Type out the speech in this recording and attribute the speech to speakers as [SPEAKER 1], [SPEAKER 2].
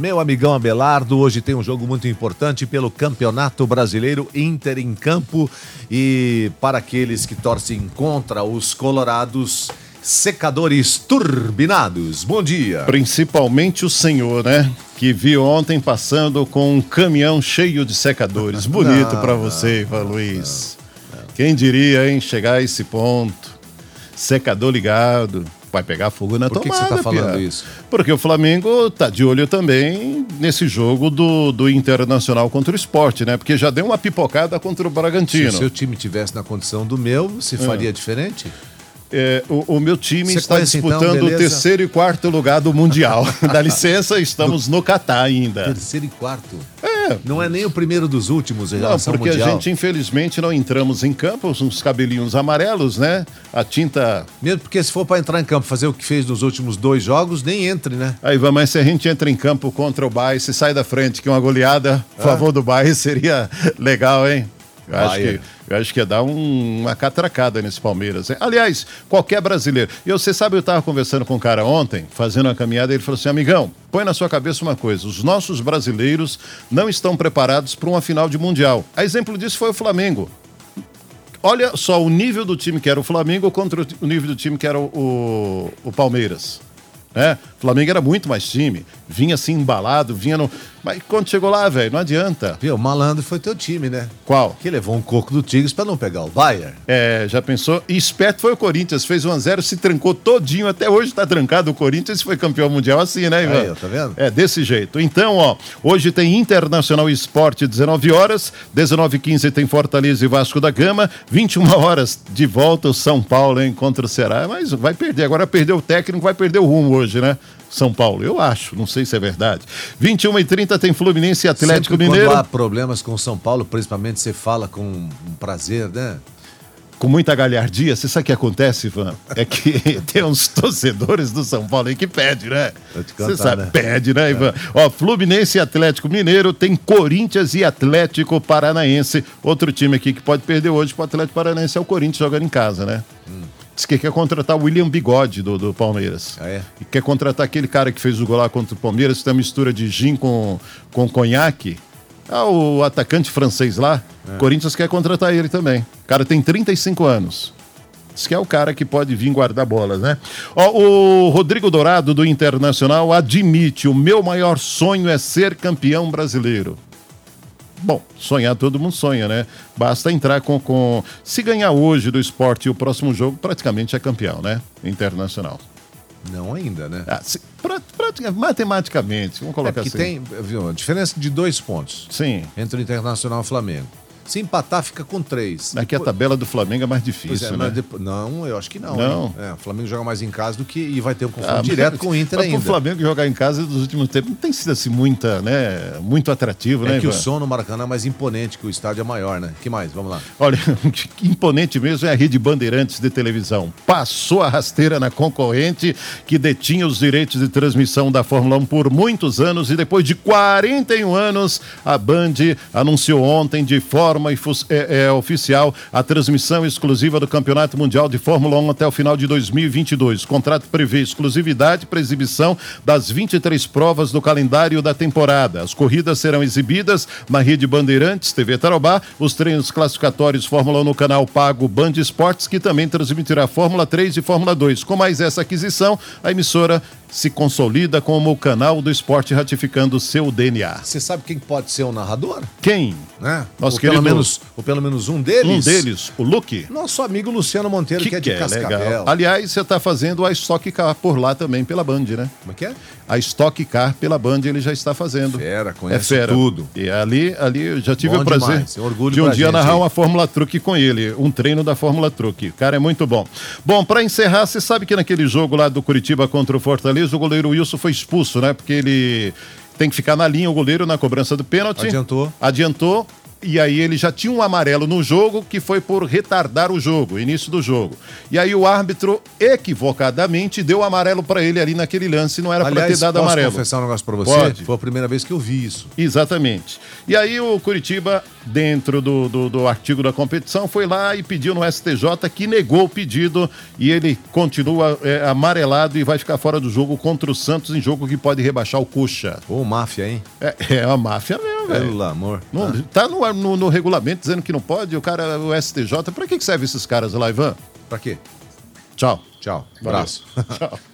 [SPEAKER 1] Meu amigão Abelardo, hoje tem um jogo muito importante pelo Campeonato Brasileiro Inter em campo. E para aqueles que torcem contra os colorados, secadores turbinados. Bom dia.
[SPEAKER 2] Principalmente o senhor, né? Que viu ontem passando com um caminhão cheio de secadores. Bonito para você, Ivan Luiz. Quem diria, hein? Chegar a esse ponto. Secador ligado. Vai pegar fogo na
[SPEAKER 1] Por que que
[SPEAKER 2] tomada,
[SPEAKER 1] você tá falando
[SPEAKER 2] piá.
[SPEAKER 1] isso?
[SPEAKER 2] Porque o Flamengo tá de olho também nesse jogo do, do Internacional contra o Esporte, né? Porque já deu uma pipocada contra o
[SPEAKER 1] Se o
[SPEAKER 2] Bragantino.
[SPEAKER 1] seu time tivesse na condição do meu, se faria diferente?
[SPEAKER 2] É, o, o meu time
[SPEAKER 1] Você
[SPEAKER 2] está
[SPEAKER 1] conhece, então,
[SPEAKER 2] disputando o
[SPEAKER 1] beleza?
[SPEAKER 2] terceiro e quarto lugar do Mundial. Dá licença, estamos no Catar ainda.
[SPEAKER 1] Terceiro e quarto.
[SPEAKER 2] É.
[SPEAKER 1] Não é nem o primeiro dos últimos em
[SPEAKER 2] Não,
[SPEAKER 1] relação
[SPEAKER 2] porque
[SPEAKER 1] ao
[SPEAKER 2] a
[SPEAKER 1] Mundial.
[SPEAKER 2] gente, infelizmente, não entramos em campo, uns cabelinhos amarelos, né? A tinta.
[SPEAKER 1] Mesmo porque se for para entrar em campo fazer o que fez nos últimos dois jogos, nem entre, né?
[SPEAKER 2] É. Aí, vai, mas se a gente entra em campo contra o Bayern, se sai da frente, que uma goleada a favor do Bayern seria legal, hein? Eu acho,
[SPEAKER 1] Bayern.
[SPEAKER 2] que, eu acho que ia dar um- uma catracada nesse Palmeiras. hein? Aliás, qualquer brasileiro. E você sabe, eu estava conversando com um cara ontem, fazendo uma caminhada, ele falou assim: amigão, põe na sua cabeça uma coisa: os nossos brasileiros não estão preparados para uma final de Mundial. A exemplo disso foi o Flamengo. Olha só o nível do time que era o Flamengo contra o ti- o nível do time que era o, o, o Palmeiras. Né? O Flamengo era muito mais time, vinha assim embalado, vinha no. Mas quando chegou lá, velho, não adianta.
[SPEAKER 1] Viu, malandro foi teu time, né?
[SPEAKER 2] Qual?
[SPEAKER 1] Que levou um coco do Tigres para não pegar o Bayern.
[SPEAKER 2] É, já pensou? E esperto foi o Corinthians, fez 1x0, se trancou todinho, até hoje tá trancado o Corinthians e foi campeão mundial assim, né, Ivan?
[SPEAKER 1] Aí, ó, tá vendo?
[SPEAKER 2] É, desse jeito. Então, ó, hoje tem Internacional Esporte, 19 horas, 19 h 15 tem Fortaleza e Vasco da Gama, 21 horas de volta o São Paulo, hein, contra o Ceará, mas vai perder, agora perdeu o técnico, vai perder o rumo hoje, né? São Paulo, eu acho, não sei se é verdade. 21 h 30 tem Fluminense e Atlético
[SPEAKER 1] Sempre
[SPEAKER 2] Mineiro.
[SPEAKER 1] Quando há problemas com o São Paulo, principalmente você fala com um prazer, né?
[SPEAKER 2] com muita galhardia, você sabe o que acontece, Ivan? É que tem uns torcedores do São Paulo aí que pede, né?
[SPEAKER 1] Vou te
[SPEAKER 2] Você
[SPEAKER 1] contar,
[SPEAKER 2] sabe,
[SPEAKER 1] né?
[SPEAKER 2] pede, né, Ivan? Ó, Fluminense e Atlético Mineiro, tem Corinthians e Atlético Paranaense. Outro time aqui que pode perder hoje pro Atlético Paranaense é o Corinthians jogando em casa, né? Diz que quer contratar o William Bigode do, do Palmeiras.
[SPEAKER 1] Ah, é?
[SPEAKER 2] E quer contratar aquele cara que fez o gol lá contra o Palmeiras, tem uma mistura de gin com, com conhaque. Ah, o atacante francês lá,
[SPEAKER 1] É.
[SPEAKER 2] Corinthians quer contratar ele também. O cara tem 35 anos. Diz que é o cara que pode vir guardar bolas, né? Ó, o Rodrigo Dourado, do Internacional, admite: o meu maior sonho é ser campeão brasileiro. Bom, sonhar todo mundo sonha, né? Basta entrar com. com... Se ganhar hoje do esporte e o próximo jogo, praticamente é campeão, né? Internacional.
[SPEAKER 1] Não ainda, né?
[SPEAKER 2] Ah, se- pra- pratica- matematicamente, vamos
[SPEAKER 1] É
[SPEAKER 2] colocar
[SPEAKER 1] porque
[SPEAKER 2] assim.
[SPEAKER 1] tem, viu, a diferença de dois pontos
[SPEAKER 2] Sim,
[SPEAKER 1] entre o Internacional e o Flamengo. Se empatar, fica com três.
[SPEAKER 2] aqui a
[SPEAKER 1] Depois-
[SPEAKER 2] tabela do Flamengo é mais
[SPEAKER 1] Pois
[SPEAKER 2] difícil,
[SPEAKER 1] é, mas
[SPEAKER 2] né?
[SPEAKER 1] depo- Não, eu acho que não.
[SPEAKER 2] Não.
[SPEAKER 1] hein? É, o Flamengo joga mais em casa do que. E vai ter um confronto
[SPEAKER 2] Ah, mas-
[SPEAKER 1] direto com o Inter
[SPEAKER 2] mas pro
[SPEAKER 1] ainda.
[SPEAKER 2] Flamengo jogar em casa nos últimos tempos não tem sido assim muita, né? Muito atrativo, né?
[SPEAKER 1] É que o
[SPEAKER 2] Ivan?
[SPEAKER 1] som no Maracanã é mais imponente, que o estádio é maior, né? que mais? Vamos lá.
[SPEAKER 2] Olha, o que imponente mesmo é a rede Bandeirantes de televisão. Passou a rasteira na concorrente que detinha os direitos de transmissão da Fórmula 1 por muitos anos e depois de 41 anos, a Band anunciou ontem de forma e fus- é- é, oficial a transmissão exclusiva do Campeonato Mundial de Fórmula 1 até o final de 2022. O contrato prevê exclusividade para exibição das 23 provas do calendário da temporada. As corridas serão exibidas na rede Bandeirantes, TV Tarobá, os treinos classificatórios Fórmula 1 no canal Pago Band Esportes, que também transmitirá Fórmula 3 e Fórmula 2. Com mais essa aquisição, a emissora se consolida como o canal do esporte ratificando seu DNA.
[SPEAKER 1] Você sabe quem pode ser o narrador?
[SPEAKER 2] Quem?
[SPEAKER 1] Né?
[SPEAKER 2] Nosso
[SPEAKER 1] ou, pelo
[SPEAKER 2] querido-
[SPEAKER 1] menos, ou pelo menos um deles?
[SPEAKER 2] Um deles, o Luke.
[SPEAKER 1] Nosso amigo Luciano Monteiro, que, é de Cascavel.
[SPEAKER 2] Aliás, você está fazendo a Stock Car por lá também, pela Band, né?
[SPEAKER 1] Como é que é?
[SPEAKER 2] A Stock Car pela Band ele já está fazendo. É
[SPEAKER 1] Fera, conhece tudo.
[SPEAKER 2] E ali, ali eu já tive
[SPEAKER 1] Bom
[SPEAKER 2] o prazer
[SPEAKER 1] demais, é um orgulho
[SPEAKER 2] de um
[SPEAKER 1] pra
[SPEAKER 2] dia
[SPEAKER 1] gente,
[SPEAKER 2] narrar
[SPEAKER 1] hein?
[SPEAKER 2] uma Fórmula Truque com ele, um treino da Fórmula Truque. O cara é muito bom. Bom, para encerrar, você sabe que naquele jogo lá do Curitiba contra o Fortaleza, o goleiro Wilson foi expulso, né? Porque ele tem que ficar na linha, o goleiro na cobrança do pênalti.
[SPEAKER 1] Adiantou.
[SPEAKER 2] Adiantou. E aí ele já tinha um amarelo no jogo que foi por retardar o jogo, o início do jogo. E aí o árbitro equivocadamente deu amarelo para ele ali naquele lance, não era para ter
[SPEAKER 1] Aliás,
[SPEAKER 2] dado
[SPEAKER 1] posso
[SPEAKER 2] amarelo.
[SPEAKER 1] confessar um negócio pra você?
[SPEAKER 2] Pode.
[SPEAKER 1] Foi a primeira vez que eu vi isso.
[SPEAKER 2] Exatamente. E aí o Curitiba, dentro do, do, do artigo da competição, foi lá e pediu no STJ que negou o pedido e ele continua é, amarelado e vai ficar fora do jogo contra o Santos em jogo que pode rebaixar o Cuxa.
[SPEAKER 1] Ô, máfia, hein?
[SPEAKER 2] É, é a máfia mesmo, velho.
[SPEAKER 1] Pelo amor.
[SPEAKER 2] Não, tá no, no, no regulamento dizendo que não pode, o cara, o STJ. Pra que que serve esses caras lá, Ivan?
[SPEAKER 1] Ah, Pra quê?
[SPEAKER 2] Tchau.
[SPEAKER 1] Tchau.
[SPEAKER 2] Valeu.
[SPEAKER 1] Abraço.
[SPEAKER 2] Tchau.